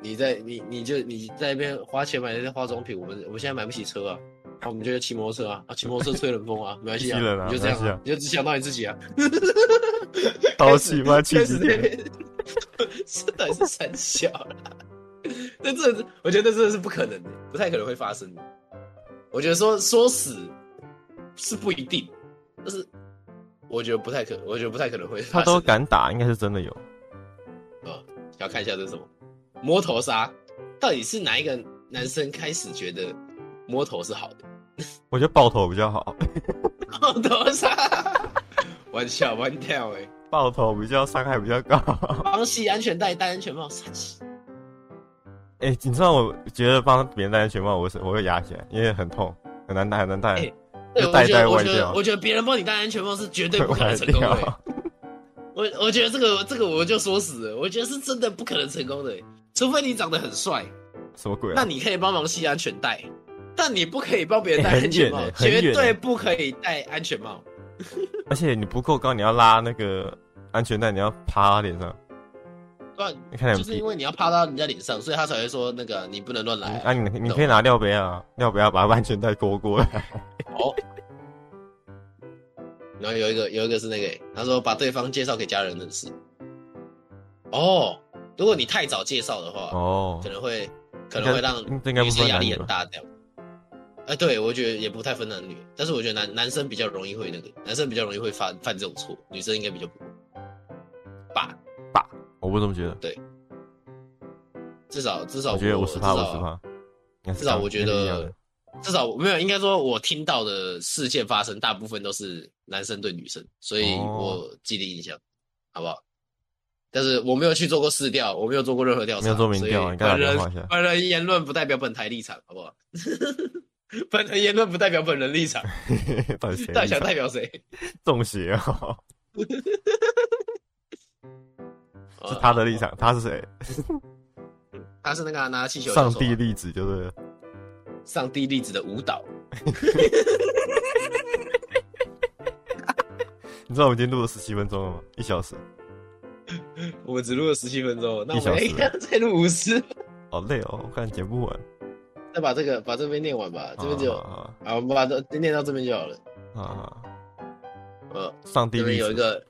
B: 你在你你就你在那边花钱买那些化妆品，我们我们现在买不起车啊，那我们就骑摩托车啊，啊，骑摩托车吹冷风啊，没关
A: [laughs]
B: 系啊，
A: 骑冷啊
B: 你就这样、
A: 没关系啊
B: 你就只想到你自己啊，
A: 好气妈气
B: 开
A: 几
B: 始
A: 点？
B: 这到底是三小啦？那 [laughs] 这我觉得这真的是不可能的，不太可能会发生的。我觉得说说死是不一定，但是我觉得不太可，我觉得不太可能会发
A: 他
B: 生。
A: 都敢打，应该是真的有。
B: 啊、要看一下这是什么摸头杀，到底是哪一个男生开始觉得摸头是好的？ [laughs]
A: 我觉得爆头比较好，
B: 摸头杀，玩笑玩掉哎、欸，
A: 爆头比较伤害比较高。 [laughs]
B: 帮系安全带戴安全帽，三七
A: 哎、你知道我觉得帮别人戴安全帽，我是我会压起来，因为很痛，很难戴，很难戴，
B: 哎对，
A: 就
B: 我
A: 戴
B: 觉
A: 戴
B: 得，我
A: 歪
B: 觉
A: 掉
B: 得，，我觉得别人帮你戴安全帽是绝对不
A: [laughs]
B: 可
A: 歪
B: 能成功欸的、
A: 掉。
B: 我我觉得这个这个我就说死了，我觉得是真的不可能成功的、欸除非你长得很帅，
A: 什么鬼、
B: 那
A: 啊？
B: 你可以帮忙系安全带，但你不可以帮别人戴安全帽，
A: 欸很远欸
B: 绝
A: 很
B: 对
A: 远
B: 不可以戴安全帽。
A: 而且你不够高，你要拉那个安全带，你要趴他脸上，
B: 不然
A: 你看
B: 就
A: 你
B: 是因为你要趴到人家脸上，所以他才会说那个你不能乱来、
A: 啊，你你可以拿尿杯啊，尿杯要把安全带勾过来。
B: 哦。
A: 嗯
B: 然后有一个有一个是那个欸，他说把对方介绍给家人认识。哦，如果你太早介绍的话，
A: 哦
B: 可，能会可能会让
A: 应该应该
B: 女
A: 不
B: 生
A: 分
B: 压
A: 男
B: 力
A: 女
B: 很
A: 吧？
B: 大这样。哎、对我觉得也不太分男女，但是我觉得男男生比较容易会那个，男生比较容易会犯犯这种错，女生应该比较不会。吧，
A: 我不这么觉得，
B: 至少至少
A: 我觉得五
B: 我
A: 十趴，
B: 至
A: 五
B: 少
A: 十趴。应该是
B: 至少
A: 这样
B: 我觉
A: 应该是一样的
B: 得，至少我没有应该说，我听到的事件发生大部分都是男生对女生，所以
A: 哦
B: 我既定印象，好不好？但是我没有去做过试调，我没有做过任何调查，
A: 没有做民调
B: 所以
A: 你该打
B: 本
A: 电话一下
B: [laughs] 人本人言论不代表本台立场，好不好？ [laughs] 本人言论不代表本人立场，
A: 到底谁
B: 到底想代表谁？
A: 中邪啊？是他的立场，他是谁？
B: 哦他是那个啊、拿气球
A: 上
B: 球手
A: 帝
B: 啊
A: 粒子就是了
B: 上帝粒子的舞蹈，
A: 你知道我们今天录了十七分钟了吗？一小时，
B: 我们只录了十七分钟，那我
A: 一小
B: 们
A: 时
B: 应该再录五十， [laughs]
A: 好累哦，我看剪不完。
B: 再把这个把这边念完吧，这边就
A: 啊
B: 啊，我们把这念到这边就好了。
A: 啊啊！
B: 呃，
A: 上帝
B: 这
A: 粒
B: 边有一
A: 子，
B: 个，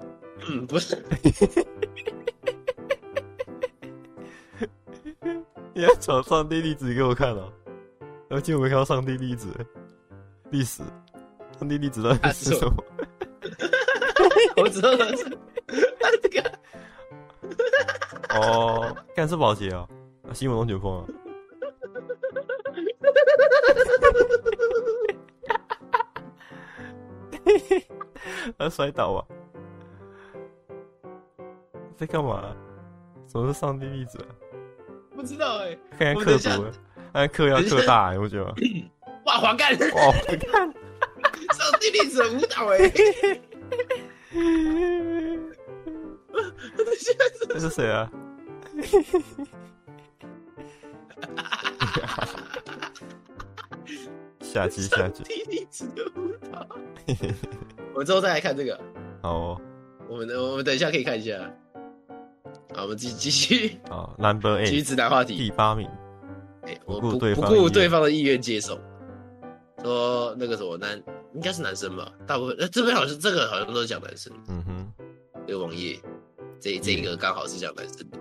B: 嗯， [laughs] 不是，
A: [laughs] 你要找上帝粒子给我看哦。而且我没看到上帝粒子，欸历史，上帝粒子到底是什么？
B: 我知道了，是这个
A: [laughs]
B: [laughs]
A: 哦，干是保洁哦，啊新闻龙卷风啊。 [laughs] 他摔倒啊！在干嘛、啊什么是上帝粒子啊？
B: 不知道哎、
A: 看看刻毒了，看刻要刻大、你不觉得吗？
B: 哇，黄干 [laughs] 上
A: 哇，我看，
B: 帝粒子的舞蹈哎、 [laughs]
A: [laughs] 这是谁啊？下集下
B: 上
A: 集，
B: 帝粒子的舞
A: [laughs]
B: 蹈，我们之后再来看这个，
A: 好哦，
B: 我们我们等一下可以看一下。好，我们继继续
A: 好，Number
B: 继续
A: Eight，
B: 直男话题。
A: 嗯哎第八名，
B: 哎
A: 不
B: 我
A: 顾
B: 不
A: 对
B: 不
A: 方意
B: 顾
A: 愿
B: 对方的意愿接受，说那个什么男应该是男生吧，大部分呃这边好像这个好像都是讲男生，
A: 嗯哼，
B: 这个网页这这个刚好是讲男生的，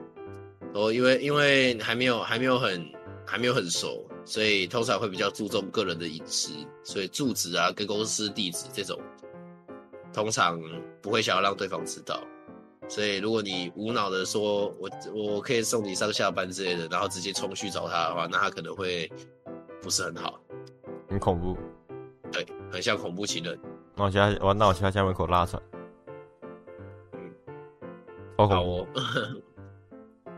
B: 哦，因为因为还没有还没有很还没有很熟，所以通常会比较注重个人的隐私，所以住址啊跟公司地址这种，通常不会想要让对方知道。所以，如果你无脑的说“我我可以送你上下班”之类的，然后直接冲去找他的话，那他可能会不是很好，
A: 很恐怖。
B: 对，很像恐怖情人。
A: 那我家我那我去他家门口拉出来，
B: 嗯
A: 好
B: 好
A: 恐怖，
B: [laughs] 哦。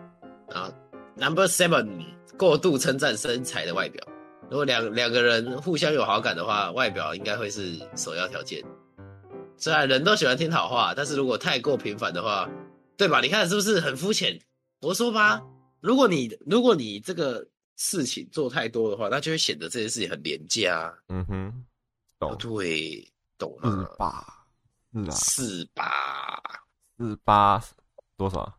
B: 啊，Number Seven，过度称赞身材的外表。如果两两个人互相有好感的话，外表应该会是首要条件。虽然人都喜欢听好话，但是如果太过频繁的话，对吧？你看是不是很肤浅？我说吧，如果你如果你这个事情做太多的话，那就会显得这件事情很廉价啊。哦
A: 嗯哼，懂，嗯
B: 对，懂
A: 四
B: 吗？
A: 八，是啊，
B: 四八
A: 四八多少啊？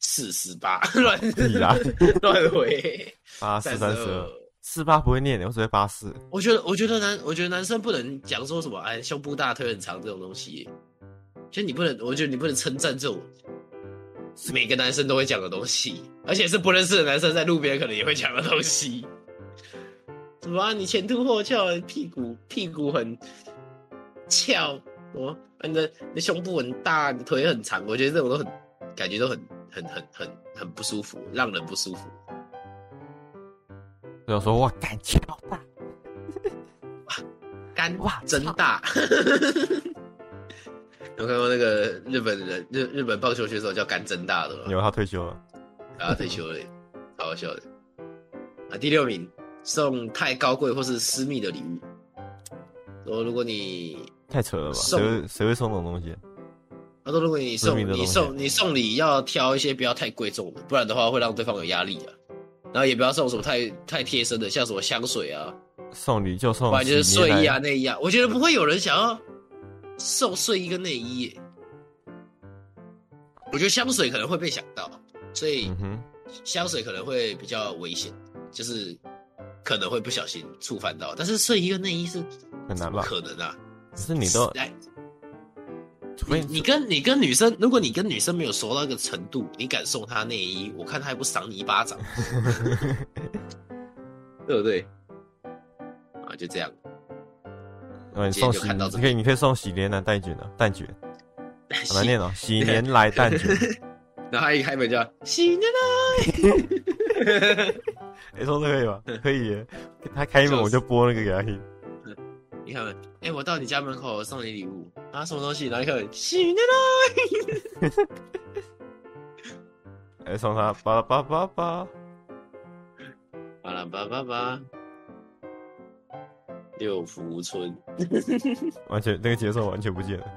B: 四十八，乱
A: [laughs] 屁啦，
B: [laughs] 乱回。
A: 八啊四三十二，
B: 32
A: 四八不会念的，我只会八四。
B: 我觉得，我觉得男，我觉得男生不能讲说什么，哎，胸部大、腿很长这种东西耶。就你不能，我觉得你不能称赞这种每个男生都会讲的东西，而且是不认识的男生在路边可能也会讲的东西。什么、啊？你前凸后翘，屁股屁股很翘，哦，啊你的你的胸部很大，你腿很长，我觉得这种都很感觉都很很很很很不舒服，让人不舒服。
A: 所以我说哇，感情好大，
B: 干
A: 哇
B: 真大。 [laughs] 有看过那个日本人日日本棒球选手叫干真大的吗？
A: 有他退休了，
B: 然后退休了，好好笑的。啊，第六名，送太高贵或是私密的礼物。说如果你，
A: 太扯了吧？谁
B: 送
A: 会谁会送这种东西？
B: 他说如果你
A: 私密的
B: 送你
A: 东西
B: 送你送礼要挑一些不要太贵重的，不然的话会让对方有压力啊。然后也不要送什么太太贴身的，像什么香水啊，
A: 送礼就送
B: 不然就是
A: 喜年
B: 睡衣啊
A: 来
B: 内衣啊。我觉得不会有人想要送睡衣跟内衣耶。我觉得香水可能会被想到，所以
A: 嗯哼，
B: 香水可能会比较危险，就是可能会不小心触犯到。但是睡衣跟内衣是
A: 很难
B: 怎么
A: 吧？
B: 可能啊！
A: 可是你都，
B: 来，
A: 除非
B: 你你跟你跟女生，如果你跟女生没有熟到一个程度，你敢送她内衣，我看她还不赏你
A: [laughs]
B: 一巴掌，对不对？啊，就这样。
A: 呃你
B: 今
A: 送
B: 天就
A: 喜，
B: 看到
A: 你
B: 这
A: 可以你可以送喜年来蛋卷的蛋卷，好难念哦，喜
B: 对
A: 年来蛋
B: [laughs]
A: 卷。
B: 然后他一开门就要新的啦，
A: 哎，说这可以吗？可以耶，他开门我就播那个给他听。
B: 你看，哎、我到你家门口送你礼物啊，什么东西？然后一开门，新的啦，
A: 哎，送他巴拉巴巴巴，
B: 巴拉巴巴巴，六福村
A: 完全那个节奏完全不见了。
B: 不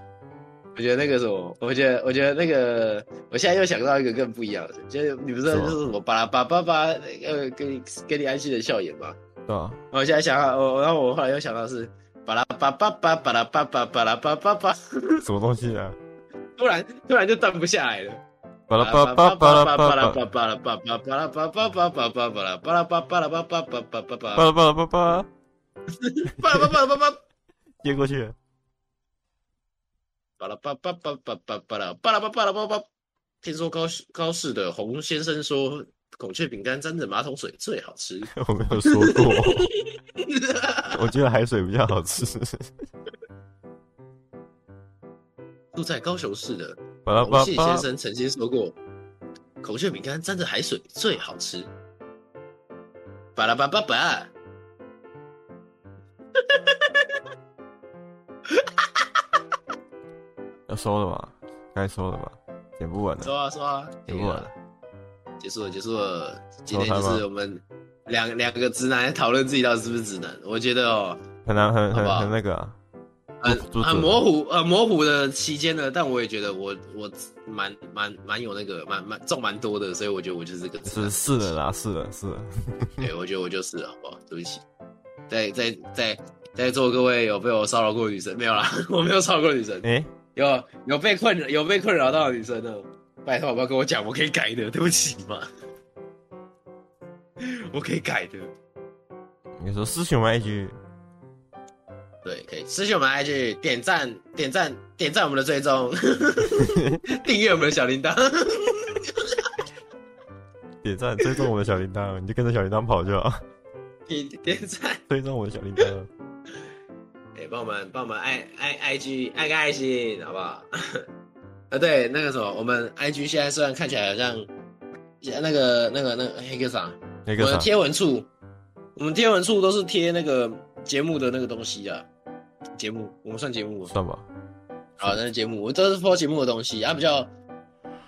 B: 我觉得那个什么，我觉得我觉得那个，我现在又想到一个更不一样的，就是你不知道
A: 什
B: 就
A: 么
B: 是什么巴拉巴巴巴呃，给你给你安心的笑颜嘛。
A: 对吧？
B: 我现在想到，我我然后我后来又想到是巴拉巴巴巴巴拉巴巴巴拉巴巴巴，
A: 什么东西啊？
B: 突然突然就断不下来了。
A: 巴拉巴巴巴拉巴拉巴
B: 巴拉巴巴巴拉巴巴巴巴巴巴拉巴拉巴巴拉巴巴巴巴巴巴
A: 拉巴拉巴巴，
B: 巴拉巴巴巴
A: 接过去，
B: 巴拉巴巴巴巴巴巴拉巴拉巴巴拉巴巴。听说高高市的洪先生说，孔雀饼干沾着马桶水最好吃。
A: [laughs] 我没有说
B: [laughs]
A: 过，我觉得海水比较好吃。 [laughs]
B: 住在高雄市的
A: 巴拉
B: 洪
A: 巴
B: 信
A: 巴
B: 先，生曾经说过，孔雀饼干沾着海水最好吃。巴拉巴巴巴。
A: 要收了吧？该收了吧？剪不完了，
B: 说啊说啊，
A: 剪不完了。
B: 结束了，结束了。今天就是我们两两个直男讨论自己到底是不是直男，我觉得哦，
A: 很难，很
B: 好不
A: 很
B: 好
A: 很那个啊，
B: 很
A: 做
B: 很
A: 准
B: 模糊，呃模糊的期间呢，但我也觉得我我蛮蛮蛮有那个蛮蛮中蛮多的，所以我觉得我就是个直
A: 是
B: 男。
A: 是的啦，是的，是的。
B: 对，我觉得我就是，好不好？对不起，在在在在座各位有被我骚扰过的女生没有啦？ [laughs] 我没有骚扰过女生，
A: 哎，
B: 有有被困扰有被困扰到的女生呢？拜托，不要跟我讲，我可以改的，对不起嘛，我可以改的。
A: 你说私讯我们 IG，
B: 对，可以私信我们 IG，点赞、点赞、点赞我们的追踪， [laughs] 订阅我们的小铃铛。
A: 点赞，追踪我的小铃铛， [laughs] 你就跟着小铃铛跑就好， [laughs]
B: 你点赞，
A: 追踪我的小铃铛。
B: 哎、帮我们帮我们 i i IG 按个爱心，好不好？ [laughs] 啊，对，那个什么，我们 IG 现在虽然看起来好像那个那个那个黑哥啥，
A: 那
B: 我
A: 个
B: 们的
A: 啥，
B: 贴文处，我们贴文处都是贴那个节目的那个东西啊，节目我们算节目吗？
A: 算吧，
B: 好，那是节目，我都是播节目的东西，啊，比较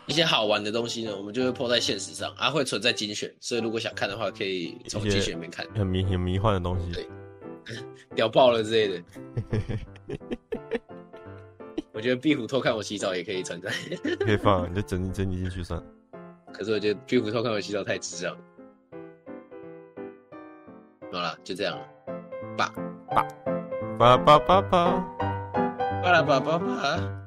B: 一些好玩的东西呢，我们就会播在现实上，啊，会存在精选，所以如果想看的话，可以从
A: 一些
B: 精选里面看，
A: 很迷很迷幻的东西
B: 对。屌爆了之类
A: [laughs]
B: 的。我觉得壁虎偷看我洗澡也可以存在， [laughs]
A: 可以放，你就整整理进去算。
B: 可是我觉得壁虎偷看我洗澡太智障了。好了，就这样了，
A: 叭叭叭叭。
B: 巴拉巴巴巴。